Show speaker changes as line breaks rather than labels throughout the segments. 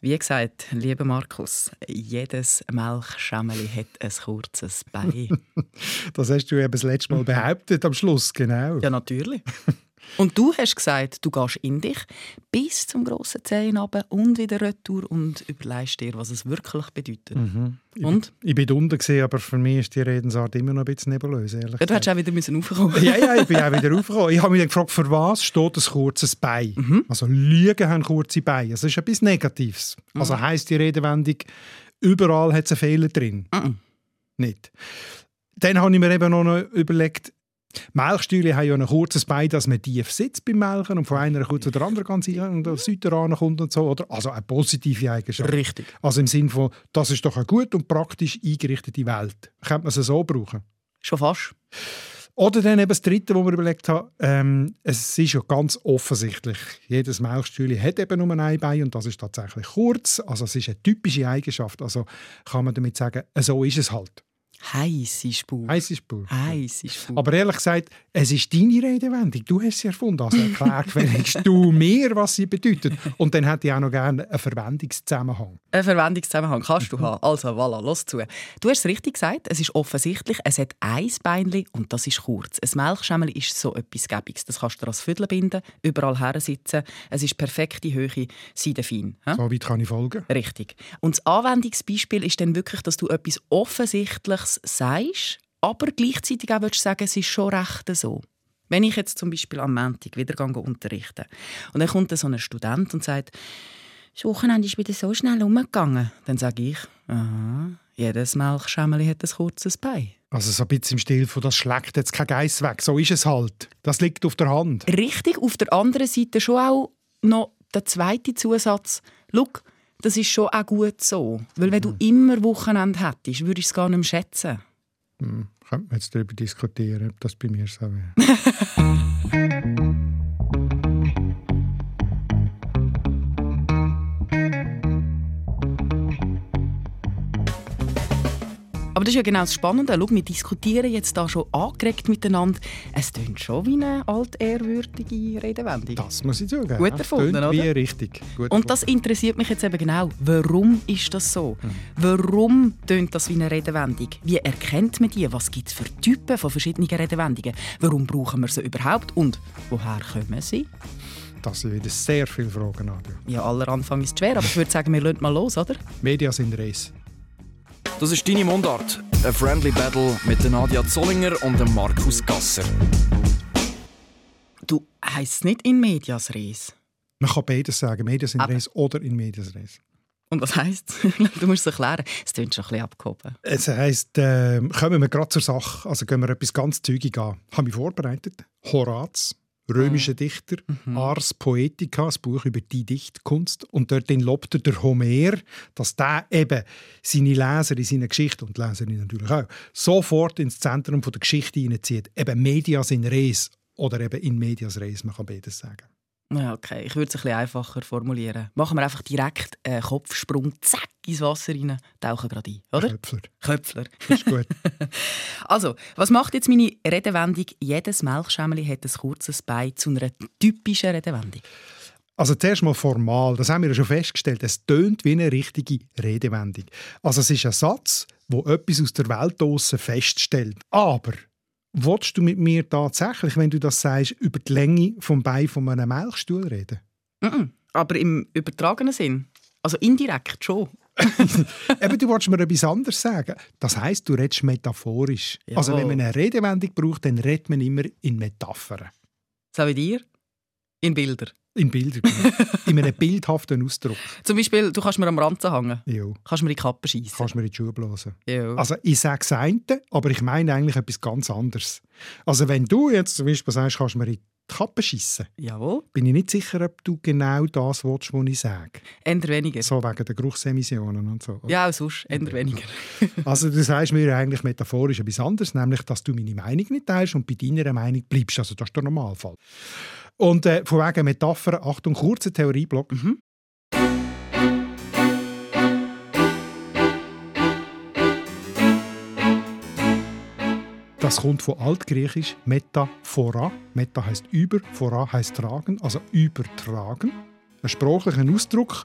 Wie gesagt, lieber Markus, jedes Melchschämmeli hat ein kurzes Bein.
Das hast du eben das letzte Mal behauptet am Schluss, genau.
Mhm. Ja, natürlich. Und du hast gesagt, du gehst in dich bis zum grossen Zehen runter und wieder retour und überlegst dir, was es wirklich bedeutet.
Mhm. Ich,
Und?
ich bin unten, gewesen, aber für mich ist die Redensart immer noch ein bisschen nebulös, ehrlich
Ja, du
gesagt.
hättest auch wieder müssen aufkommen
Ja, ja, ich bin auch wieder aufgekommen. Ich habe mich dann gefragt, für was steht ein kurzes Bein?
Mhm.
Also Lügen haben kurze Beine. Das ist etwas Negatives.
Mhm.
Also heisst die Redewendung, überall hat es einen Fehler drin.
Mhm.
Nicht. Dann habe ich mir eben noch überlegt, Melchstühle haben ja ein kurzes Bein, dass man tief sitzt beim Melken und von einer kurz zur anderen ganz hin und Südteran kommt und so. Oder? Also eine positive Eigenschaft.
Richtig.
Also im Sinne von, das ist doch eine gut und praktisch eingerichtete Welt. Könnte man es so brauchen?
Schon fast.
Oder dann eben das Dritte, wo wir überlegt haben, ähm, es ist ja ganz offensichtlich, jedes Melchstühle hat eben nur ein Bein und das ist tatsächlich kurz. Also es ist eine typische Eigenschaft. Also kann man damit sagen, äh, so ist es halt.
Heisse Spur.
Heiß ist pur.
Heisse Spur.
Aber ehrlich gesagt, es ist deine Redewendung. Du hast sie erfunden. Also erklär wenigstens du mir, was sie bedeutet. Und dann hätte ich auch noch gerne einen Verwendungszusammenhang.
Einen Verwendungszusammenhang kannst du haben. Also, voilà, los zu. Du hast es richtig gesagt, es ist offensichtlich, es hat ein Beinchen und das ist kurz. Ein Melchschemmeli ist so etwas Gäbiges. Das kannst du dir als Viertel binden, überall her sitzen. Es ist perfekte Höhe, seidenfein. hä?
So weit kann ich folgen.
Richtig. Und das Anwendungsbeispiel ist dann wirklich, dass du etwas Offensichtliches sagst, aber gleichzeitig auch willst sagen, es ist schon recht so. Wenn ich jetzt zum Beispiel am Montag wieder gehe unterrichten und dann kommt dann so ein Student und sagt, das Wochenende ist wieder so schnell umgegangen, dann sage ich, aha, jedes Melchschämmeli hat ein kurzes Bein.
Also so ein bisschen im Stil von, das schlägt jetzt kein Geiss weg. So ist es halt. Das liegt auf der Hand.
Richtig, auf der anderen Seite schon auch noch der zweite Zusatz. Schau, das ist schon auch gut so. Weil wenn du immer Wochenende hättest, würde ich es gar nicht mehr schätzen.
Hm, könnte man jetzt darüber diskutieren, ob das bei mir so wäre.
Aber das ist ja genau das Spannende. Schau, wir diskutieren jetzt da schon angeregt miteinander. Es tönt schon wie eine altehrwürdige Redewendung.
Das muss ich zugeben.
Gut
Ja,
erfunden,
tönt Wie
oder?
richtig. Gut
Und das interessiert mich jetzt eben genau. Warum ist das so? Warum tönt das wie eine Redewendung? Wie erkennt man die? Was gibt es für Typen von verschiedenen Redewendungen? Warum brauchen wir sie überhaupt? Und woher kommen sie?
erfunden. Das sind wieder sehr viele Fragen an.
Ja, aller Anfang ist schwer, aber ich würde sagen, wir lassen mal los, oder?
Media sind Reis.
Das ist deine Mundart. Ein Friendly Battle mit der Nadia Zollinger und dem Markus Gasser.
Du heisst nicht in medias res.
Man kann beides sagen, Media sind
Aber-
Reis oder in Media sind Reis.
Und was heisst Du musst es erklären. Es tönt schon ein bisschen abgehoben.
Es heisst, äh, kommen wir gerade zur Sache, also gehen wir etwas ganz zügig an. Habe mich vorbereitet. Horaz, römischer Dichter, Ars Poetica, das Buch über die Dichtkunst. Und dort den lobt er der Homer, dass der eben seine Leser in seiner Geschichte und Leserinnen natürlich auch sofort ins Zentrum von der Geschichte hineinzieht. Eben Medias in Res oder eben in Medias Res, man kann beides sagen.
Ja, okay. Ich würde es ein bisschen einfacher formulieren. Machen wir einfach direkt einen Kopfsprung, zack, ins Wasser rein, tauchen gerade ein, oder?
Köpfler,
Köpfler.
ist gut.
Also, was macht jetzt meine Redewendung «Jedes Melchschämmeli hat ein kurzes Bein» zu einer typischen Redewendung?
Also zuerst mal formal, das haben wir ja schon festgestellt, es tönt wie eine richtige Redewendung. Also es ist ein Satz, wo etwas aus der Welt aussen feststellt. Aber willst du mit mir tatsächlich, wenn du das sagst, über die Länge vom Bein von einem Melchstuhl reden?
Mhm. Aber im übertragenen Sinn. Also indirekt schon.
Eben, du willst mir etwas anderes sagen. Das heißt, du redest metaphorisch.
Jawohl.
Also wenn man eine Redewendung braucht, dann redet man immer in Metaphern.
So wie dir, in Bilder.
In Bildern. genau. in einem bildhaften Ausdruck.
Zum Beispiel, du kannst mir am Ranzen hängen.
Ja,
Kannst mir in die Kappe schießen.
kannst du mir in die Schuhe blasen.
Ja.
Also ich sage das eine, aber ich meine eigentlich etwas ganz anderes. Also wenn du jetzt zum Beispiel sagst, kannst du mir in die Kappe schiessen,
Jawohl.
bin ich nicht sicher, ob du genau das willst, was ich sage.
Änder weniger.
So wegen der Geruchsemissionen und so.
Ja, auch sonst. Änder weniger.
Also du sagst mir eigentlich metaphorisch etwas anderes, nämlich, dass du meine Meinung nicht teilst und bei deiner Meinung bleibst. Also das ist der Normalfall. Und äh, von wegen Metaphern, Achtung, kurzer Theorieblock. Das kommt von altgriechisch metaphora. Meta heißt über, phora heißt tragen, also übertragen. einen sprachlichen Ausdruck,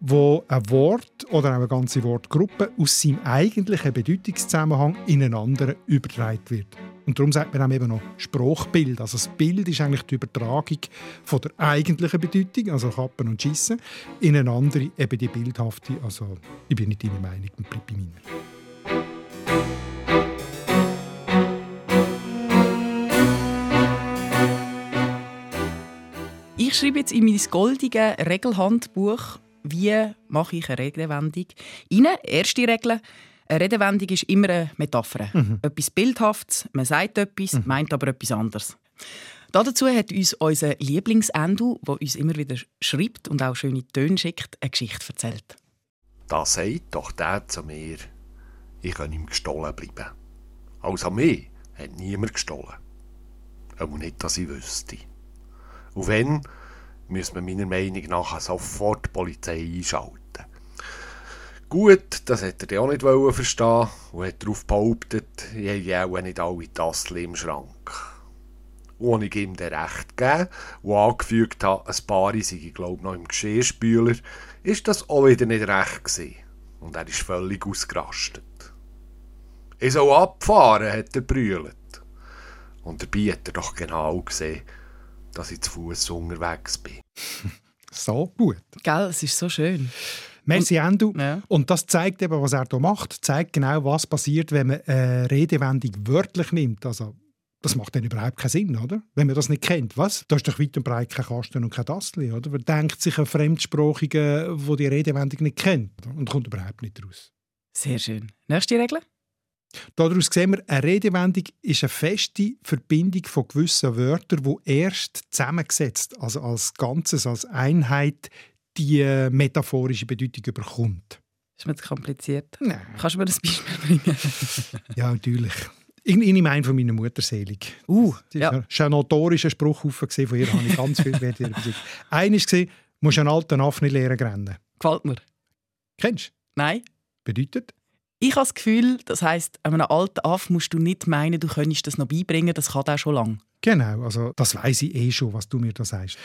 wo ein Wort oder auch eine ganze Wortgruppe aus seinem eigentlichen Bedeutungszusammenhang in einen anderen übertragen wird. Und darum sagt man auch eben noch Sprachbild. Also das Bild ist eigentlich die Übertragung von der eigentlichen Bedeutung, also Kappen und Schiessen, in eine andere, eben die bildhafte. Also ich bin nicht deiner Meinung, man bleibt bei meiner.
Ich schreibe jetzt in mein goldige Regelhandbuch, wie mache ich eine Redewendung. Rein, erste Regel, eine Redewendung ist immer eine Metapher. Etwas Bildhaftes, man sagt etwas, meint aber etwas anderes. Dazu hat uns unser Lieblingsendu, der uns immer wieder schreibt und auch schöne Töne schickt, eine Geschichte erzählt.
Da sagt doch der zu mir, ich kann ihm gestohlen bleiben. Also mir hat niemand gestohlen. Aber nicht, dass ich wüsste. Und wenn, müssen wir meiner Meinung nach sofort die Polizei einschalten. Gut, das hat er dann auch nicht wollen verstehen und hat darauf behauptet, ich hätte auch nicht alle Tassen im Schrank. Und ich ihm dann recht gegeben und angefügt habe, ein paar seien, glaube ich, noch im Geschirrspüler, ist das auch wieder nicht recht gewesen. Und er ist völlig ausgerastet. Ich soll abfahren, hat er brüllt. Und dabei hat er doch genau gesehen, dass ich zu Fuß unterwegs bin.
So gut.
Gell, es ist so schön.
Merci, Endu.
Ja.
Und das zeigt eben, was er hier macht. Zeigt genau, was passiert, wenn man eine Redewendung wörtlich nimmt. Also, das macht dann überhaupt keinen Sinn, oder? Wenn man das nicht kennt. Was? Da ist doch weit und breit kein Kasten und kein Tassli, oder? Wer denkt sich ein Fremdsprachiger, der die Redewendung nicht kennt? oder? Und kommt überhaupt nicht raus.
Sehr schön. Nächste Regel?
Daraus sehen wir, eine Redewendung ist eine feste Verbindung von gewissen Wörtern, die erst zusammengesetzt, also als Ganzes, als Einheit, die äh, metaphorische Bedeutung überkommt.
Ist mir zu kompliziert.
Nein.
Kannst du mir ein Beispiel bringen?
Ja, natürlich. Ich, ich nehme einen von meiner Mutter selig.
Uh,
Das
ja.
war ein notorischer Spruchhaufen gewesen, von ihr habe ich ganz viel Wert besitzt. Einer war, musst einen alten Aff nicht lernen rennen.
Gefällt mir.
Kennst du?
Nein?
Bedeutet?
Ich habe das Gefühl, das heisst, an einem alten Aff musst du nicht meinen, du könntest das noch beibringen, das kann der schon lange.
Genau, also das weiß ich eh schon, was du mir da sagst.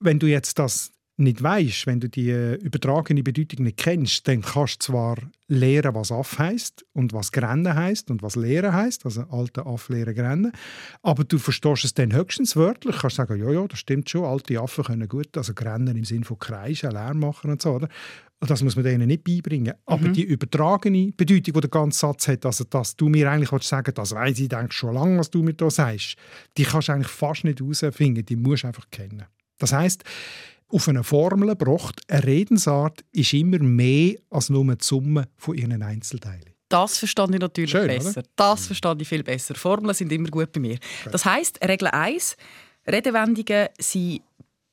Wenn du jetzt das nicht weißt, wenn du die äh, übertragene Bedeutung nicht kennst, dann kannst du zwar lehren, was Aff heißt und was Grennen heißt und was Lehren heißt, also alte Aff lehren Grennen, aber du verstehst es dann höchstens wörtlich, kannst sagen, ja, ja, das stimmt schon, alte Affen können gut, also Grennen im Sinne von Kreischen, Lärm machen und so, oder? Und das muss man denen nicht beibringen. Aber
Mhm.
die übertragene Bedeutung, die der ganze Satz hat, also dass du mir eigentlich willst sagen das weiss ich denke schon lange, was du mir da sagst, die kannst du eigentlich fast nicht herausfinden, die musst du einfach kennen. Das heißt, auf eine Formel gebracht, eine Redensart ist immer mehr als nur die Summe von ihren Einzelteilen.
Das verstand ich natürlich
Schön, Mhm.
besser. Das verstand ich viel besser. Formeln sind immer gut bei mir. Das heißt, Regel 1, Redewendungen sind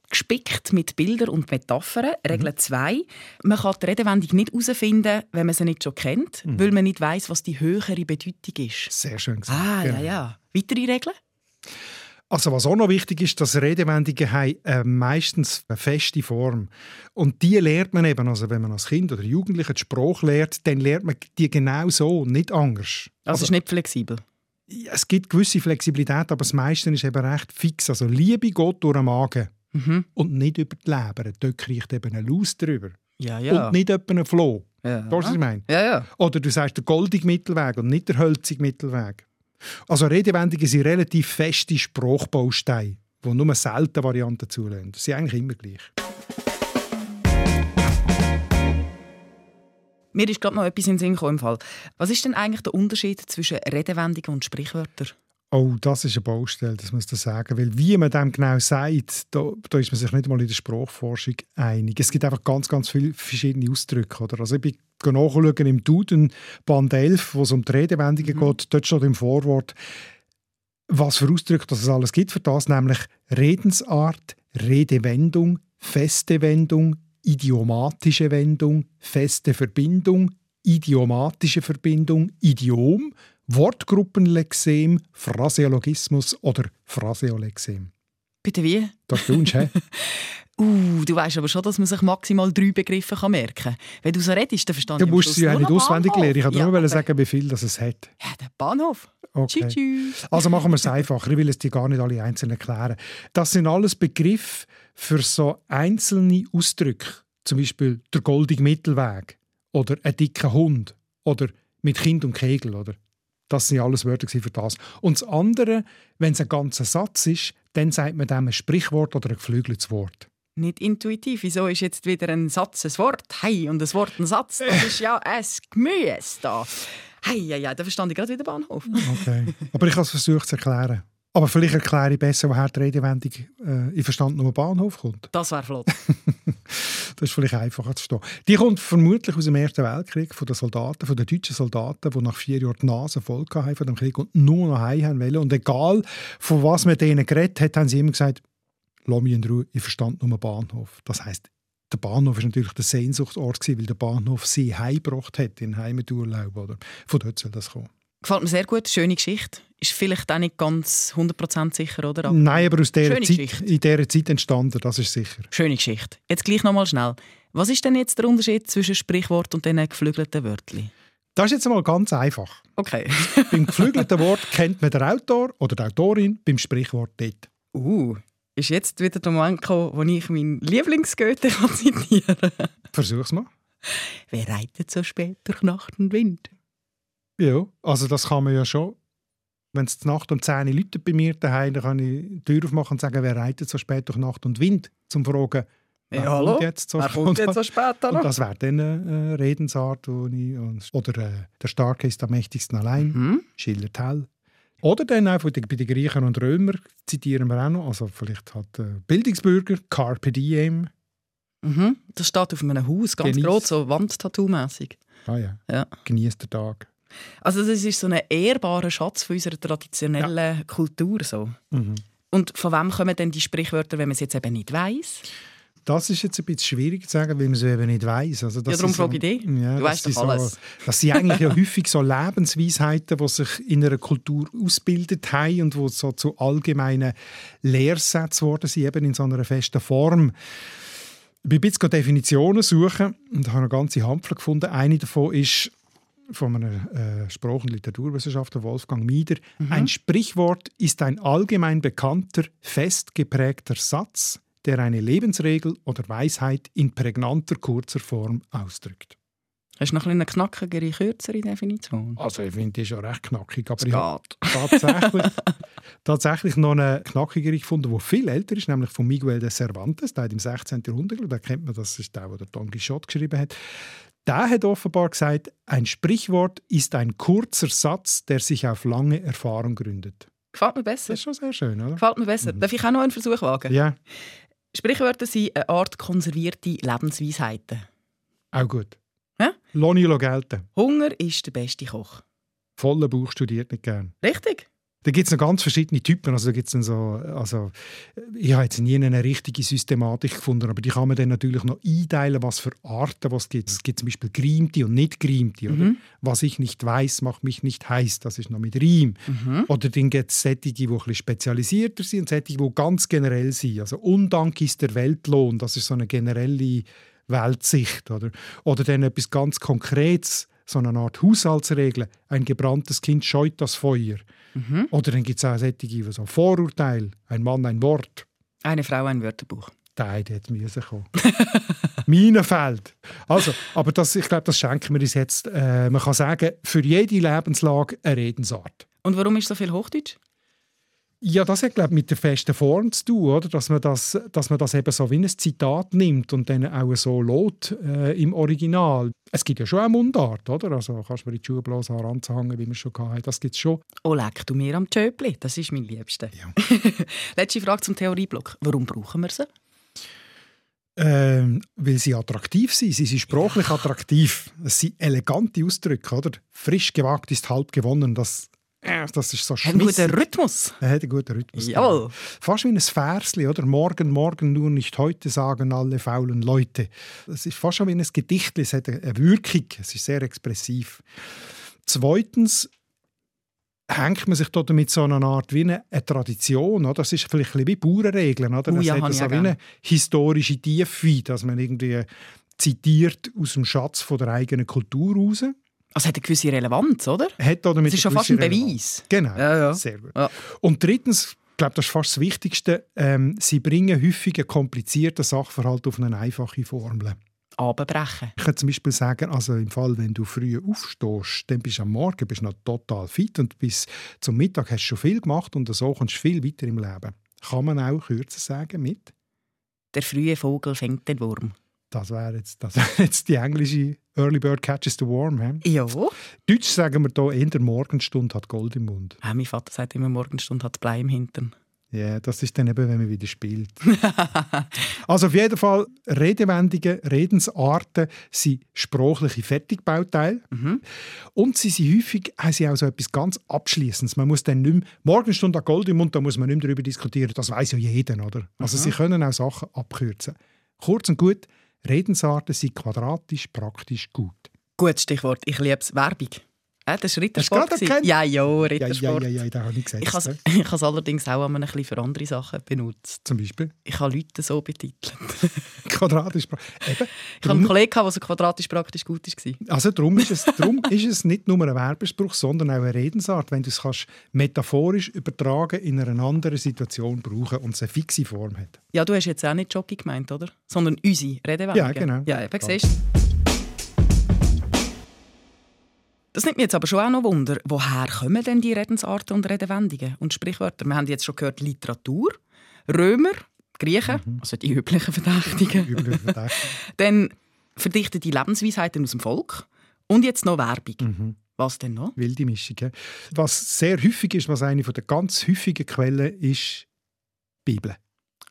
gespickt mit Bildern und Metaphern.
Mhm.
Regel 2, man kann die Redewendung nicht herausfinden, wenn man sie nicht schon kennt,
Mhm.
weil man nicht weiß, was die höhere Bedeutung ist.
Sehr schön gesagt.
Ah, ja,
Genau.
ja. Weitere Regeln?
Also was auch noch wichtig ist, dass Redewendungen haben äh, meistens eine feste Form. Und die lernt man eben, also wenn man als Kind oder Jugendlicher die Sprache lernt, dann lernt man die genau so, nicht anders.
Also, es ist nicht flexibel.
Ja, Es gibt gewisse Flexibilität, aber das meiste ist eben recht fix. Also Liebe geht durch den Magen
Mhm.
und nicht über die Leber. Dort kriegt eben eine Laus drüber
Ja, ja.
und nicht etwa einen Floh.
Ja.
Verstehst du, was ich meine?
ja, ja.
Oder du sagst der goldige Mittelweg und nicht der hölzige Mittelweg. Also Redewendungen sind relativ feste Sprachbausteine, die nur selten Varianten zulassen. Sie sind eigentlich immer gleich.
Mir ist gerade noch etwas in den Sinn gekommen. im Fall. Was ist denn eigentlich der Unterschied zwischen Redewendungen und Sprichwörtern?
Oh, das ist eine Baustelle, das muss ich dir sagen. Weil wie man dem genau sagt, da, da ist man sich nicht mal in der Sprachforschung einig. Es gibt einfach ganz, ganz viele verschiedene Ausdrücke. Oder? Also ich bin nachschauen im Duden, Band 11, wo es um die Redewendungen geht, dort steht im Vorwort, was für Ausdrücke das es alles gibt für das, nämlich Redensart, Redewendung, feste Wendung, idiomatische Wendung, feste Verbindung, idiomatische Verbindung, Idiom, Wortgruppenlexem, Phraseologismus oder Phraseolexem.
Bitte wie?
Das wünsch, hä?
Uh, du weißt aber schon, dass man sich maximal drei Begriffe kann merken kann. Wenn du so redest, dann verstand
Du
ich am
musst
Schluss
sie ja
nur
nicht
noch
auswendig
Bahnhof.
lernen. Ich wollte
ja,
nur
aber-
sagen, wie viel das es hat.
Ja, der Bahnhof.
Okay.
Tschü, tschü.
Also machen wir es einfach. Ich will es dir gar nicht alle einzeln erklären. Das sind alles Begriffe für so einzelne Ausdrücke. Zum Beispiel der goldige Mittelweg oder ein dicker Hund oder mit Kind und Kegel. Oder? Das sind alles Wörter gewesen für das. Und das andere, wenn es ein ganzer Satz ist, dann sagt man dem ein Sprichwort oder ein geflügeltes Wort.
Nicht intuitiv. Wieso ist jetzt wieder ein Satz ein Wort? Hey, und ein Wort ein Satz. Das ist ja ein Gemüse da. Hey, ja, ja, da verstand ich gerade wieder Bahnhof.
Okay. Aber ich habe es versucht zu erklären. Aber vielleicht erkläre ich besser, woher die Redewendung äh, «Ich verstand nur Bahnhof» kommt.
Das wäre flott.
Das ist vielleicht einfacher zu verstehen. Die kommt vermutlich aus dem Ersten Weltkrieg von den Soldaten, von den deutschen Soldaten, die nach vier Jahren die Nase voll gehabt haben von dem Krieg und nur noch heim haben wollen. Und egal, von was man denen geredet hat, haben sie immer gesagt, «Lass mich in Ruhe, ich verstand nur Bahnhof». Das heißt, der Bahnhof war natürlich der Sehnsuchtsort, gewesen, weil der Bahnhof sie heimgebracht hat in Heimaturlaub. Oder? Von dort soll das kommen.
Gefällt mir sehr gut. Schöne Geschichte. Ist vielleicht auch nicht ganz 100% sicher, oder? Aber
Nein, aber aus dieser
Schöne
Zeit,
Geschichte.
in dieser Zeit entstanden, das ist sicher.
Schöne Geschichte. Jetzt gleich nochmal schnell. Was ist denn jetzt der Unterschied zwischen Sprichwort und diesen geflügelten Wörtli?
Das ist jetzt mal ganz einfach.
Okay.
Beim geflügelten Wort kennt man den Autor oder die Autorin, beim Sprichwort nicht.
Uh, ist jetzt wieder der Moment gekommen, wo ich meinen Lieblingsgoethe kann zitieren kann.
Versuch's mal.
Wer reitet so spät durch Nacht und Wind?
Ja, also das kann man ja schon. Wenn es Nacht um 10 Uhr läutet bei mir daheim, dann kann ich die Tür aufmachen und sagen, wer reitet so spät durch Nacht und Wind, zum fragen, wer
Ja, hallo?
kommt jetzt so
Wer
spät?
kommt jetzt so spät hallo?
Und das wäre dann eine äh, Redensart, wo ich, und- oder äh, «Der Starke ist am mächtigsten allein»,
Hm?
Schiller Tell. Oder dann auch von den- bei den Griechen und Römern zitieren wir auch noch, also vielleicht hat äh, Bildungsbürger, Carpe Diem.
Mhm. Das steht auf einem Haus, ganz
Genieß.
groß, so Wandtattoo-mässig.
Ah ja,
Ja.
genießt den Tag.
Also das ist so ein ehrbarer Schatz von unserer traditionellen Kultur. So. Und von wem kommen denn die Sprichwörter, wenn man es jetzt eben nicht weiß?
Das ist jetzt ein bisschen schwierig zu sagen, weil man es eben nicht weiss. Also, das
Ja, darum
sind so-
frage ich dich.
Ja,
Du
das
weisst
sind
doch
So,
alles.
das sind eigentlich ja häufig so Lebensweisheiten, die sich in einer Kultur ausgebildet haben und die so zu allgemeinen Lehrsätzen geworden sind, eben in so einer festen Form. Ich bin jetzt gerade Definitionen suchen und habe eine ganze Handvoll gefunden. Eine davon ist von einem äh, Sprach- und Literaturwissenschaftler Wolfgang Mieder. Ein Sprichwort ist ein allgemein bekannter, fest geprägter Satz, der eine Lebensregel oder Weisheit in prägnanter, kurzer Form ausdrückt.
Hast du noch ein bisschen eine knackigere, kürzere Definition?
Also ich finde, das ist ja recht knackig, aber
Es
ich habe
geht.
tatsächlich, tatsächlich noch eine knackigere gefunden, die viel älter ist, nämlich von Miguel de Cervantes, der hat im 16. Jahrhundert, gelebt. da kennt man, das ist der, der Don Quixote geschrieben hat. Der hat offenbar gesagt, ein Sprichwort ist ein kurzer Satz, der sich auf lange Erfahrung gründet.
Gefällt mir besser.
Das ist schon sehr schön, oder?
Gefällt mir besser. Darf ich auch noch einen Versuch wagen?
Ja,
Sprichwörter sind eine Art konservierte Lebensweisheiten.
auch gut.
Hä?
Loni lo gelten.
Hunger ist der beste Koch.
Voller Buch studiert nicht gern.
Richtig?
Da gibt es noch ganz verschiedene Typen. Also, da gibt's dann so, also, ich habe jetzt nie eine richtige Systematik gefunden, aber die kann man dann natürlich noch einteilen, was für Arten was gibt. Es gibt zum Beispiel Grimti und nicht Grimti. Oder? Was ich nicht weiß, macht mich nicht heiß. Das ist noch mit Riem. Oder dann gibt es solche, die ein bisschen spezialisierter sind und solche, die ganz generell sind. Also Undank ist der Weltlohn. Das ist so eine generelle Weltsicht. Oder, oder dann etwas ganz Konkretes, so eine Art Haushaltsregel. Ein gebranntes Kind scheut das Feuer. Oder dann gibt es auch solche, die so Vorurteil, ein Mann, ein Wort.
Eine Frau, ein Wörterbuch.
Der eine hätte müssen kommen. Minenfeld. Also, aber das, ich glaube, das schenken wir uns jetzt. Äh, man kann sagen, für jede Lebenslage eine Redensart.
Und warum ist so viel Hochdeutsch?
Ja, das hat, glaube ich, mit der festen Form zu tun, oder? Dass, man das, dass man das eben so wie ein Zitat nimmt und dann auch so lädt äh, im Original. Es gibt ja schon auch Mundart, oder? Also kannst du mir in die Schuhe bloß heranzuhängen, wie wir schon hatten. Das gibt es schon.
Oh, leck du mir am Tschöpli. Das ist mein Liebste. Letzte Frage zum Theorieblock. Warum brauchen wir sie?
Ähm, weil sie attraktiv sind. Sie sind sprachlich attraktiv. Es sind elegante Ausdrücke, oder? Frisch gewagt ist halb gewonnen. Das, äh, das ist so
Haben einen
schmissig.
guten Rhythmus.
Er hat einen guten Rhythmus.
Jawohl.
Fast wie ein Versli, oder? Morgen, morgen, nur nicht heute, sagen alle faulen Leute. Es ist fast schon wie ein Gedicht. Es hat eine Wirkung. Es ist sehr expressiv. Zweitens hängt man sich da damit so eine Art wie eine, eine Tradition, oder? Das ist vielleicht ein bisschen wie Bauernregeln, oder?
Oh
Das
ja,
hat
habe ich
so
auch
wie eine
gern.
historische Tiefe, dass man irgendwie zitiert aus dem Schatz von der eigenen Kultur raus.
Also hat eine gewisse Relevanz, oder?
Hat da damit
Das ist schon
eine
fast ein
gewisse Relevanz.
Beweis.
Genau,
Ja, ja.
sehr gut.
Ja.
Und drittens, ich glaube, das ist fast das Wichtigste, ähm, sie bringen häufig einen komplizierten Sachverhalt auf eine einfache Formel.
Abbrechen.
Ich könnte zum Beispiel sagen, also im Fall, wenn du früh aufstehst, dann bist du am Morgen bist du noch total fit und bis zum Mittag hast du schon viel gemacht und so kommst du viel weiter im Leben. Kann man auch kürzer sagen mit?
Der frühe Vogel fängt den Wurm.
Das wäre jetzt, das wäre jetzt die englische «Early bird catches the worm». He?
Ja.
Deutsch sagen wir hier, «In der Morgenstunde hat Gold im Mund».
Ah, mein Vater sagt immer, Morgenstunde hat Blei im Hintern.
Ja, das ist dann eben, wenn man wieder spielt. also auf jeden Fall, Redewendungen, Redensarten sind sprachliche Fertigbauteile. Und sie sind häufig haben sie auch so etwas ganz Abschließendes. Man muss dann nicht mehr, Morgenstunde an Gold im Mund, da muss man nicht mehr darüber diskutieren. Das weiß ja jeder, oder? Also sie können auch Sachen abkürzen. Kurz und gut, Redensarten sind quadratisch, praktisch gut.
Gutes Stichwort, ich liebe es. Werbung. Äh, das war Rittersport.
Hast du gerade
gewesen.
erkannt?
Ja, ja,
Ja, ja,
Rittersport.
ja, ja, da habe ich gesagt.
Ich habe
oder?
es allerdings auch einmal ein bisschen für andere Sachen benutzt.
Zum Beispiel
Ich habe Leute so betitelt.
quadratisch, praktisch. Eben,
Ich hatte einen Kollegen, der so quadratisch praktisch gut war.
Also darum ist, es, darum ist es nicht nur ein Werbespruch, sondern auch eine Redensart, wenn du es kannst metaphorisch übertragen in einer anderen Situation brauchen und es eine fixe Form hat.
Ja, du hast jetzt auch nicht Jockey gemeint, oder? Sondern unsere Redewendungen.
Ja, genau.
Ja, eben, siehst du. Das nimmt mich jetzt aber schon auch noch Wunder. Woher kommen denn die Redensarten und Redewendungen und Sprichwörter? Wir haben jetzt schon gehört, Literatur, Römer, Griechen,
Mhm.
also die üblichen Verdächtigen.
Üblich verdächtig.
Dann verdichtete Lebensweisheiten aus dem Volk. Und jetzt noch Werbung.
Mhm.
Was denn noch?
Wilde Mischung. Ja. Was sehr häufig ist, was eine von der ganz häufigen Quellen ist, die Bibel.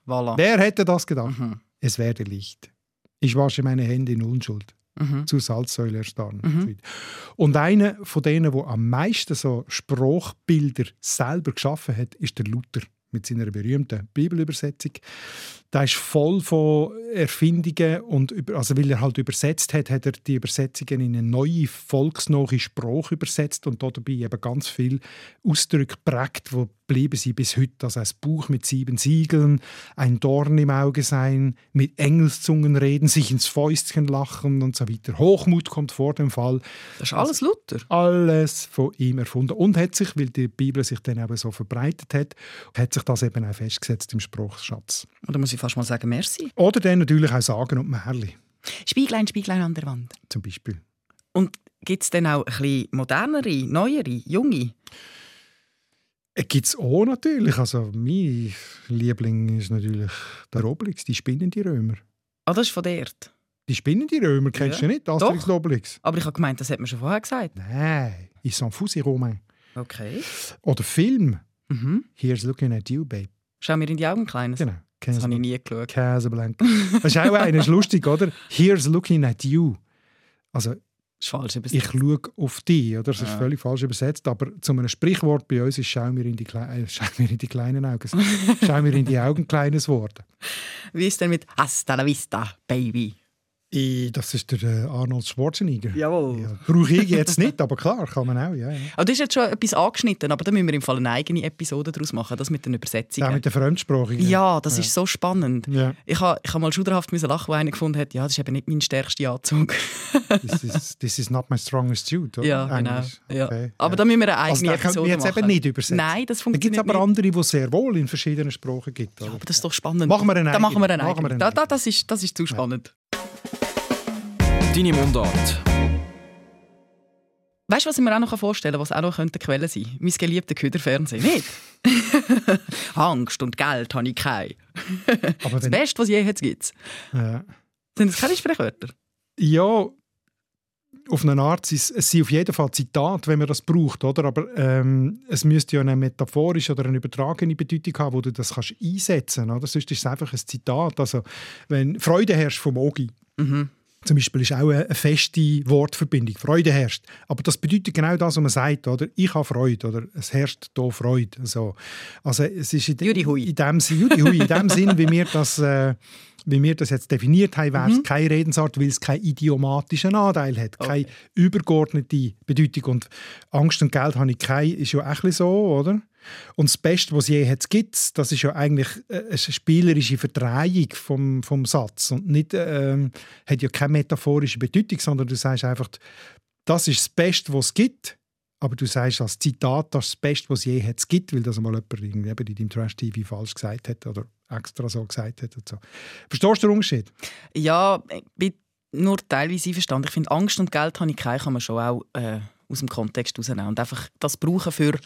Voilà.
Wer hätte das gedacht?
Mhm.
Es werde Licht. Ich wasche meine Hände in Unschuld.
Mhm.
zur Salzsäule erstarren.
Mhm.
Und einer von denen, der am meisten so Sprachbilder selber geschaffen hat, ist der Luther mit seiner berühmten Bibelübersetzung. Der ist voll von Erfindungen und über, also weil er halt übersetzt hat, hat er die Übersetzungen in eine neue volksnahe Sprache übersetzt und dabei eben ganz viel Ausdrücke prägt, wo blieben sie bis heute. Also ein Buch mit sieben Siegeln, ein Dorn im Auge sein, mit Engelszungen reden, sich ins Fäustchen lachen und so weiter. Hochmut kommt vor dem Fall.
Das ist alles Luther.
Alles von ihm erfunden. Und hat sich, weil die Bibel sich dann eben so verbreitet hat, hat sich das eben auch festgesetzt im Spruchschatz.
Oder muss ich fast mal sagen, merci.
Oder dann natürlich auch Sagen und Märli
Spieglein, Spieglein an der Wand.
zum Beispiel.
Und gibt es denn auch ein bisschen modernere, neuere, junge?
Gibt es Äh, auch natürlich. Also mein Liebling ist natürlich der Obelix, die spinnende Römer.
Ah, das ist von dort.
Die spinnende Römer kennst
Ja.
du nicht, Asterix und Obelix.
Aber ich habe gemeint, das hat man schon vorher gesagt.
Nein, ich s'en fous, ich Romain.
Okay.
Oder Film,
Mhm.
Here's Looking at You, Babe.
Schau mir in die Augen, Kleines.
Genau.
Das habe ich nie geschaut.
Casablanca. Das ist auch einer, ist lustig, oder? Here's looking at you. Also,
Das ist falsch. aber es-
ich schaue auf dich, oder? Das ist
Ja.
völlig falsch übersetzt, aber zu einem Sprichwort bei uns ist «Schau mir in die, Kle äh, schau mir in die kleinen Augen». «Schau mir in die Augen» kleines Wort.
Wie ist denn mit «Hasta la vista, Baby»?
I, Das ist der äh, Arnold Schwarzenegger.
Jawohl.
Ja, brauche ich jetzt nicht, aber klar, kann man auch, ja. ja.
Ah, das ist jetzt schon etwas angeschnitten, aber da müssen wir im Fall eine eigene Episode daraus machen, das mit den
Auch
Übersetzungen.
mit der Fremdsprachigen.
Ja, das ist so spannend.
Ja.
Ich habe ich ha mal schuderhaft müssen lachen, wo einer gefunden hat, ja, das ist eben nicht mein stärkster Anzug.
This is, this is not my strongest suit, oder?
ja, genau.
Englisch.
Ja.
Okay,
Aber
ja.
da müssen wir eine eigene
Also, da
Episode
könnten wir jetzt
machen.
eben nicht übersetzen.
Nein, das
Da gibt es
funktioniert
aber
nicht.
andere, die es sehr wohl in verschiedenen Sprachen gibt. oder?
Aber das ist doch spannend.
Machen wir eine
Da machen wir
eigene.
eine
Machen wir
eigene. Da,
eine
da, das, ist, das ist zu spannend.
Deine Mundart.
Weißt du, was ich mir auch noch vorstellen kann, was auch noch könnte eine Quelle sein Mein geliebter Köderfernsehen. Nicht? Angst und Geld habe ich keine.
aber
Das
wenn,
Beste, was je jetzt gibt.
ja.
Sind das keine Sprichwörter?
Ja, auf eine Art, sind es es sind auf jeden Fall Zitate, wenn man das braucht, oder? Aber ähm, es müsste ja eine metaphorische oder eine übertragene Bedeutung haben, wo du das kannst einsetzen kannst. Sonst ist es einfach ein Zitat. Also, wenn Freude herrscht vom Ogi, zum Beispiel ist auch eine eine feste Wortverbindung. Freude herrscht. Aber das bedeutet genau das, was man sagt, oder? Ich habe Freude, oder? Es herrscht hier Freude. So. Also, es ist in, de-
Judi Hui.
in dem Sinn, Judi Hui, in dem Sinn, wie wir das äh, wie wir das jetzt definiert haben, wäre es keine Redensart, weil es keinen idiomatischen Anteil hat, keine übergeordnete Bedeutung. Und Angst und Geld habe ich keine, ist ja auch ein bisschen so, oder? Und das Beste, was es je hat, gibt das ist ja eigentlich äh, eine spielerische Verdrehung vom, vom Satz und nicht, ähm, hat ja keine metaphorische Bedeutung, sondern du sagst einfach, das ist das Beste, was es gibt, aber du sagst als Zitat, das ist das Beste, was es je hat, gibt, weil das mal jemand irgendwie eben in deinem Trash-TV falsch gesagt hat oder extra so gesagt hat. Und so. Verstehst du den Unterschied?
Ja, ich bin nur teilweise einverstanden. Ich finde, Angst und Geld habe ich keine, kann man schon auch äh, aus dem Kontext rausnehmen. Und einfach das brauchen für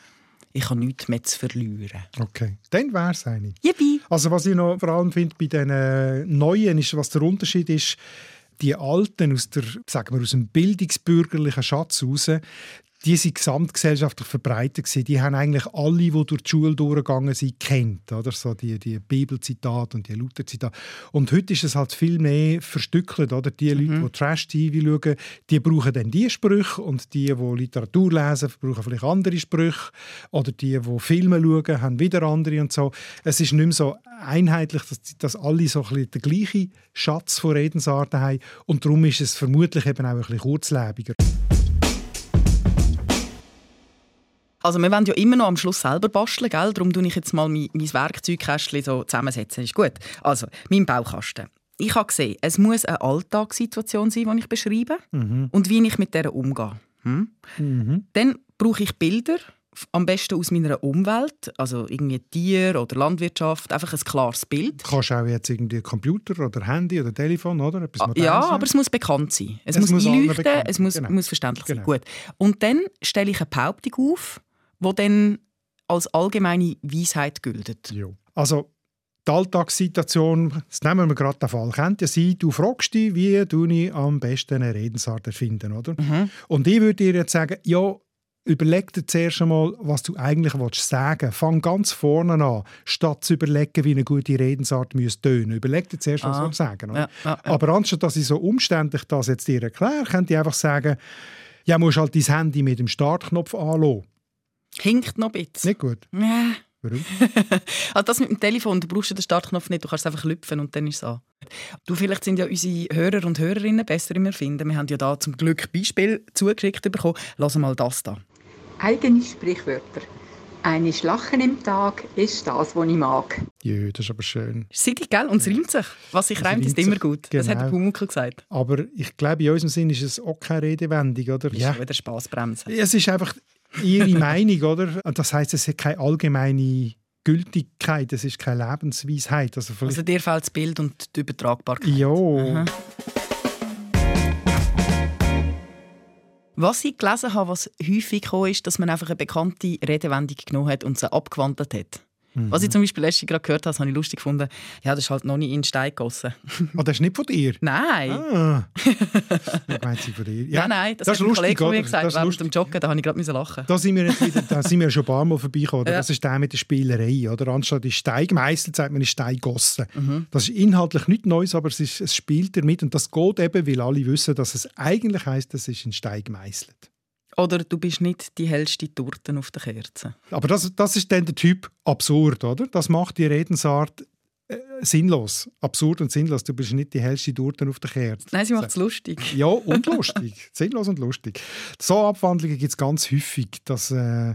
«Ich habe nichts mehr zu verlieren».
Okay, dann wäre es eine.
Yippie!
Also was ich noch vor allem finde bei den äh, Neuen ist, was der Unterschied ist, die Alten aus der, sagen wir, aus dem bildungsbürgerlichen Schatz raus, die sind gesamtgesellschaftlich verbreitet gewesen. Die haben eigentlich alle, die durch die Schule durchgegangen sind, kennt, oder? So die, die Bibelzitate und die Lutherzitate. Und heute ist es halt viel mehr verstückelt, oder? Die
Mhm.
Leute, die Trash-TV schauen, die brauchen dann diese Sprüche und die, die Literatur lesen, brauchen vielleicht andere Sprüche. Oder die, die Filme schauen, haben wieder andere und so. Es ist nicht mehr so einheitlich, dass, dass alle so ein bisschen den gleichen Schatz von Redensarten haben. Und darum ist es vermutlich eben auch ein bisschen kurzlebiger.
Also wir wollen ja immer noch am Schluss selber basteln, gell? Darum tue ich jetzt mal mein, mein Werkzeugkästchen so zusammensetzen. Ist gut. Also, mein Baukasten. Ich habe gesehen, es muss eine Alltagssituation sein, die ich beschreibe und wie ich mit der umgehe. Hm? Dann brauche ich Bilder, f- am besten aus meiner Umwelt, also irgendwie Tier oder Landwirtschaft, einfach ein klares Bild.
Du kannst auch jetzt irgendwie Computer oder Handy oder Telefon, oder? Etwas Modernes
Ah, Ja,
nehmen.
aber es muss bekannt sein. Es,
Es
muss,
muss allen
einleuchten,
bekannt
es
sein,
muss,
genau.
muss verständlich sein.
Genau.
Gut. Und dann stelle ich eine Behauptung auf, die dann als allgemeine Weisheit gilt.
Ja. Also die Alltagssituation, das nehmen wir gerade den Fall, könnte ja sein, du fragst dich, wie du ich am besten eine Redensart erfinden, oder?
Mhm.
Und ich würde dir jetzt sagen, ja, überleg dir zuerst einmal, was du eigentlich willst sagen. Fang ganz vorne an, statt zu überlegen, wie eine gute Redensart müsste tönen. Überleg dir zuerst, was
Ah.
du willst sagen. Oder?
Ja, ja, ja.
Aber anstatt, dass ich so umständlich das jetzt dir erkläre, könnte ich einfach sagen, ja, musst halt dein Handy mit dem Startknopf anlassen.
Hinkt noch ein bisschen.
Nicht gut.
Ja.
Warum?
Also das mit dem Telefon, du brauchst ja den Startknopf nicht, du kannst es einfach lüpfen und dann ist es an. Du, vielleicht sind ja unsere Hörer und Hörerinnen besser im Erfinden. Wir haben ja da zum Glück Beispiel zugeschickt bekommen. Lass mal das da.
Eigene Sprichwörter. Eine Lachen im Tag ist das, was ich mag.
Ja, das ist aber schön.
Sieg, gell? Und es reimt sich. Was sich
Es
reimt, ist
reimt
immer
sich.
gut. Das hat
Genau.
der Pumuckl gesagt.
Aber ich glaube, in unserem Sinn ist es auch keine Redewendung, oder?
Ja. Ist schon wieder Spaßbremse.
Es ist einfach ihre Meinung, oder? Und Das heißt, es hat keine allgemeine Gültigkeit, es ist keine Lebensweisheit. Also vielleicht.
Also dir fehlt das Bild und die Übertragbarkeit.
ja.
Was ich gelesen habe, was häufig gekommen ist, dass man einfach eine bekannte Redewendung genommen hat und sie abgewandelt hat.
Mhm.
Was ich zum Beispiel letztens gerade gehört habe, das habe ich lustig gefunden. Ja, das ist halt noch nicht in den Stein gegossen.
Ah, das ist nicht von dir.
Nein.
Ah. ich meine, sie von dir. Ja,
nein, nein, das, hat
das ist
ein
lustig,
Kollege von mir
oder?
gesagt,
Das ist
während
lustig.
dem Joggen, da habe ich gerade müssen lachen.
Da sind, wir jetzt wieder, da sind wir schon ein paar Mal vorbeigekommen. oder?
Ja.
Das ist der mit der Spielerei. Oder? Anstatt in Stein gemeißelt, sagt man in Stein gossen. Das ist inhaltlich nichts Neues, aber es, ist, es spielt damit. Und das geht eben, weil alle wissen, dass es eigentlich heisst, es ist in Stein gemeißelt.
Oder du bist nicht die hellste Torte auf der Kerze.
Aber das, das ist dann der Typ absurd, oder? Das macht die Redensart äh, sinnlos. Absurd und sinnlos. Du bist nicht die hellste Durten auf der Kerze.
Nein, sie macht es lustig.
Ja, und lustig. sinnlos und lustig. So Abwandlungen gibt es ganz häufig, dass äh,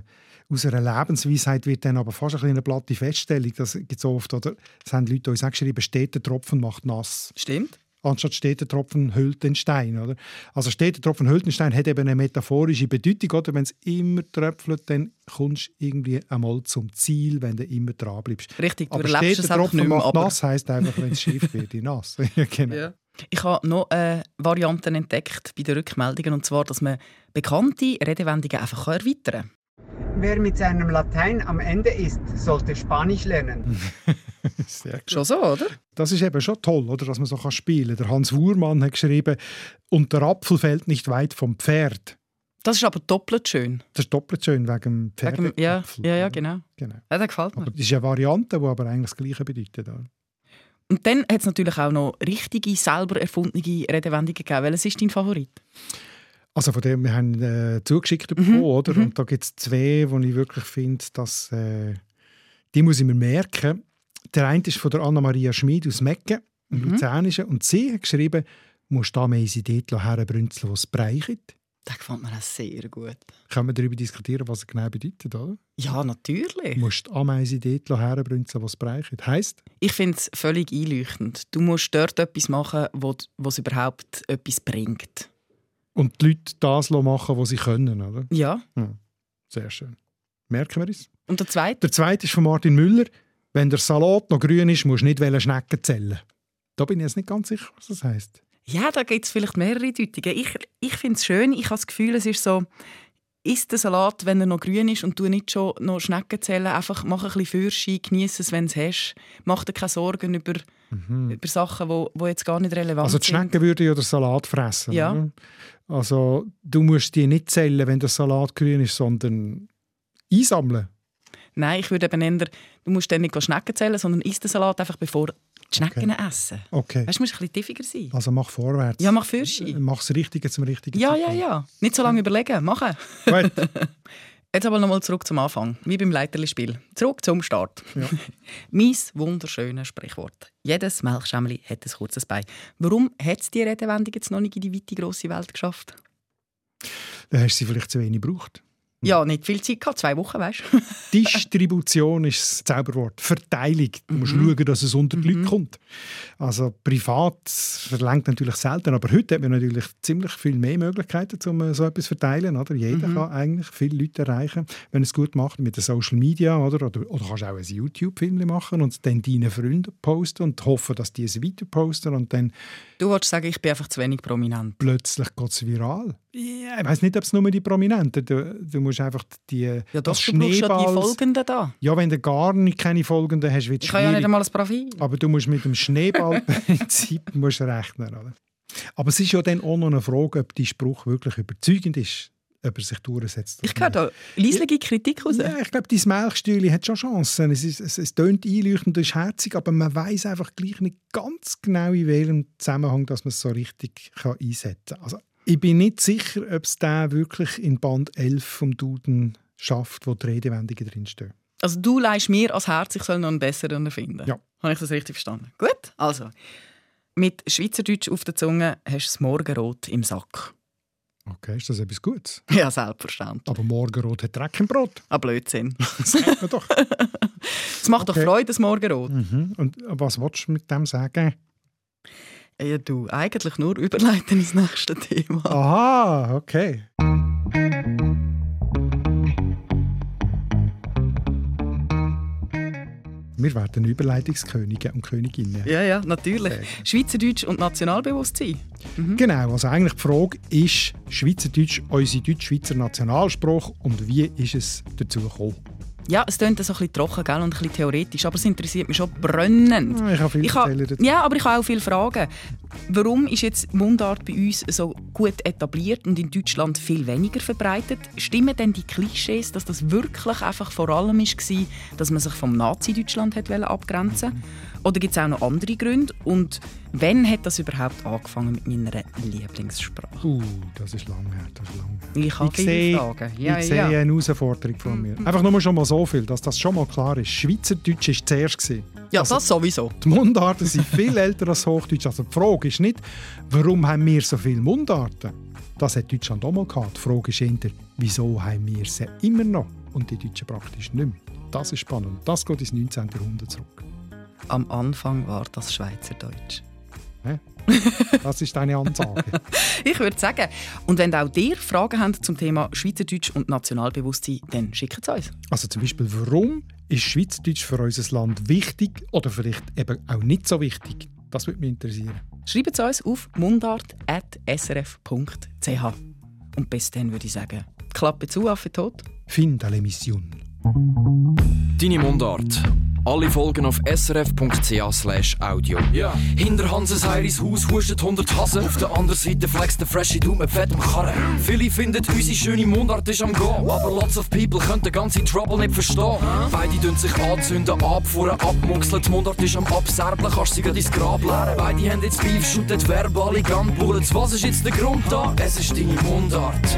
aus einer Lebensweisheit wird dann aber fast ein bisschen eine platte Feststellung. Das gibt es oft, oder? Das haben die Leute uns auch geschrieben, steht der Tropfen macht nass.
Stimmt.
Anstatt steht der Tropfen hüllt den Stein, oder? Also steht der Tropfen hüllt den Stein hat eben eine metaphorische Bedeutung, oder? Wenn es immer tröpfelt, dann kommst du irgendwie einmal zum Ziel, wenn du immer dran bleibst.
Richtig, du
Aber
erlebst
steht
es
der
einfach
Tropfen
nicht mehr,
macht
aber-
nass heisst einfach, wenn es schief wird, in nass. ja, genau.
Ja. Ich habe noch äh, Varianten entdeckt bei den Rückmeldungen, und zwar, dass man bekannte Redewendungen einfach kann erweitern kann.
Wer mit seinem Latein am Ende ist, sollte Spanisch lernen.
Sehr gut.
Schon so, oder?
Das ist eben schon toll, oder? Dass man so kann spielen kann. Der Hans Wurmann hat geschrieben, und der Apfel fällt nicht weit vom Pferd.
Das ist aber doppelt schön.
Das ist doppelt schön wegen dem
Wegen, ja,
Pferdeapfel.
ja, ja, genau.
genau.
Ja, das gefällt mir.
Aber das ist eine Variante, die aber eigentlich das Gleiche bedeutet. Oder?
Und dann hat es natürlich auch noch richtige, selber erfundene Redewendungen gegeben. Welches ist dein Favorit?
Also von dem, wir haben äh, zugeschickt
Mhm.
bekommen, oder? Und da gibt es zwei, wo ich wirklich finde, dass äh, die muss ich mir merken. Der eine ist von der Anna-Maria Schmid aus Mecken.
Mhm.
im Luzernischen. Und sie hat geschrieben, «Du musst da mehr in dort herbrünzeln, wo es breichelt.
Das gefällt mir auch sehr gut.
Können wir darüber diskutieren, was es genau bedeutet, oder?
Ja, natürlich.
Du musst die Ameise dort herbrünzeln, wo es breichelt. Heisst,
Ich finde es völlig einleuchtend. Du musst dort etwas machen, wo es überhaupt etwas bringt.
und die Leute das machen, was sie können, oder?
Ja.
Sehr schön. Merken wir uns.
Und der zweite?
Der zweite ist von Martin Müller. Wenn der Salat noch grün ist, musst du nicht wollen Schnecken zählen. Da bin ich jetzt nicht ganz sicher, was das heisst.
Ja, da gibt es vielleicht mehrere Deutungen. Ich, ich finde es schön. Ich habe das Gefühl, es ist so, isst den Salat, wenn er noch grün ist und du nicht schon noch Schnecken zählen. Einfach mach ein bisschen Fürschi, genieße es, wenn du es hast. Mach dir keine Sorgen über, über Sachen, die wo, wo jetzt gar nicht relevant
Mhm. Also die
sind.
Schnecken würden ja den Salat fressen.
Ja.
oder? Also du musst die nicht zählen, wenn der Salat grün ist, sondern einsammeln.
Nein, ich würde eben eher, du musst dann nicht Schnecken zählen, sondern isst den Salat einfach bevor die Schnecken essen.
Okay.
Weißt du, du musst ein bisschen tiefiger sein.
Also mach vorwärts. Äh,
Ja, mach Fürschi.
Mach's richtig zum richtigen
Ja, ja, ja. Nicht so lange überlegen, machen.
ja. Gut.
Jetzt aber nochmal zurück zum Anfang, wie beim Leiterli-Spiel. Zurück zum Start. mein wunderschönes Sprichwort. Jedes Melchschämmli hat ein kurzes Bein. Warum hat es die Redewendung jetzt noch nicht in die weite, grosse Welt geschafft?
Hm. Dann hast du sie vielleicht zu wenig gebraucht.
Ja, nicht viel Zeit gehabt, zwei Wochen, weißt du.
Distribution ist das Zauberwort. Verteilung. Du musst
Mhm.
schauen, dass es unter die Leute kommt. Also privat verlangt natürlich selten, aber heute hat man natürlich ziemlich viel mehr Möglichkeiten, um äh, so etwas zu verteilen. Oder? Jeder
Mhm.
kann eigentlich viele Leute erreichen, wenn er es gut macht mit den Social Media. Oder, oder, oder kannst auch ein YouTube-Film machen und es dann deinen Freunden posten und hoffen, dass die es weiter posten und dann
Du wolltest sagen, ich bin einfach zu wenig prominent.
plötzlich geht es viral. Ja, ich weiß nicht, ob es nur die Prominenten du, du musst einfach die
Ja, doch,
das
du brauchst ja die
Schneeballs-
Folgenden da.
ja, wenn du gar nicht keine Folgenden hast, wird es
Ich habe ja nicht
schwierig.
einmal ein Profil.
Aber du musst mit dem Schneeballprinzip musst rechnen. Oder? Aber es ist ja dann auch noch eine Frage, ob dein Spruch wirklich überzeugend ist, ob er sich durchsetzt.
Ich
oder
höre da leislige Kritik raus.
nicht. ja, ich glaube, dein Melchstühle hat schon Chancen. Es, ist, es, es tönt einleuchtend, es ist herzig, aber man weiß einfach gleich nicht ganz genau, in welchem Zusammenhang dass man es so richtig kann einsetzen kann. Also, ich bin nicht sicher, ob es den wirklich in Band 11 vom Duden schafft, wo die Redewendungen drinstehen.
Also du leihst mir als Herz, ich soll noch einen besseren erfinden.
Ja.
Habe ich das richtig verstanden? Gut, also. Mit Schweizerdeutsch auf der Zunge hast du das Morgenrot im Sack.
Okay, ist das etwas Gutes?
Ja, selbstverständlich.
Aber Morgenrot hat Dreck im Brot.
Ein Blödsinn.
Das sagt man doch.
Es macht
Okay.
doch Freude, das Morgenrot.
mhm. Und was willst du mit dem sagen?
Ja, du, eigentlich nur überleiten ins nächste Thema.
Aha, okay. Wir werden Überleitungskönige und Königinnen.
Ja, ja, natürlich. Schweizerdeutsch und Nationalbewusstsein.
Genau, also eigentlich die Frage ist Schweizerdeutsch unser deutsch-schweizer Nationalspruch und wie ist es dazu gekommen?
Ja, es klingt so ein bisschen trocken gell, und ein bisschen theoretisch, aber es interessiert mich schon brennend.
Ich habe viele
Ich ha-
Fehler dazu.
ja, aber ich habe auch viele Fragen. Warum ist jetzt Mundart bei uns so gut etabliert und in Deutschland viel weniger verbreitet? Stimmen denn die Klischees, dass das wirklich einfach vor allem war, dass man sich vom Nazi-Deutschland hat wollen abgrenzen Oder gibt es auch noch andere Gründe? Und wann hat das überhaupt angefangen mit meiner Lieblingssprache?
Uh, das ist lang her, das ist lang her.
Ich habe viele
sehe-
Fragen. Ja,
ich
ja. Mhm.
sehe eine Herausforderung vor mir. Einfach nur schon mal so viel, dass das schon mal klar ist. Schweizerdeutsch war zuerst. gewesen. Also,
Ja, das sowieso.
Die Mundarten sind viel älter als Hochdeutsch. Also die Frage ist nicht, warum haben wir so viele Mundarten? Das hat Deutschland auch mal gehabt. Die Frage ist eher, wieso haben wir sie immer noch und die Deutschen praktisch nicht mehr. Das ist spannend. Das geht ins 19. Jahrhundert zurück.
Am Anfang war das Schweizerdeutsch.
Das ist eine Ansage.
Ich würde sagen. Und wenn auch ihr Fragen habt zum Thema Schweizerdeutsch und Nationalbewusstsein, dann schickt es uns.
Also zum Beispiel, warum ist Schweizerdeutsch für unser Land wichtig oder vielleicht eben auch nicht so wichtig? Das würde mich interessieren.
Schreibt es uns auf mundart.srf.ch. Und bis dann würde ich sagen, Klappe zu, Affe tot.
Fin de la Mission.
Deine Mundart. Alle Folgen auf srf.ch/audio. Hinter Hanses Heiris Haus huscht 100 Hasen. Auf der anderen Seite flext der Freshie Du mit fettem Karren. Viele finden, unsere schöne Mundart ist am Go. Aber lots of people können den ganzen Trouble nicht verstehen. Beide dünn sich anzünden, abfuhren, abmuxeln. Die Mundart ist am Abserblen, kannst sie grad ins Grab leeren. Beide haben jetzt Beef, shootet verbale Gunbullets. Was ist jetzt der Grund da? Es ist deine Mundart.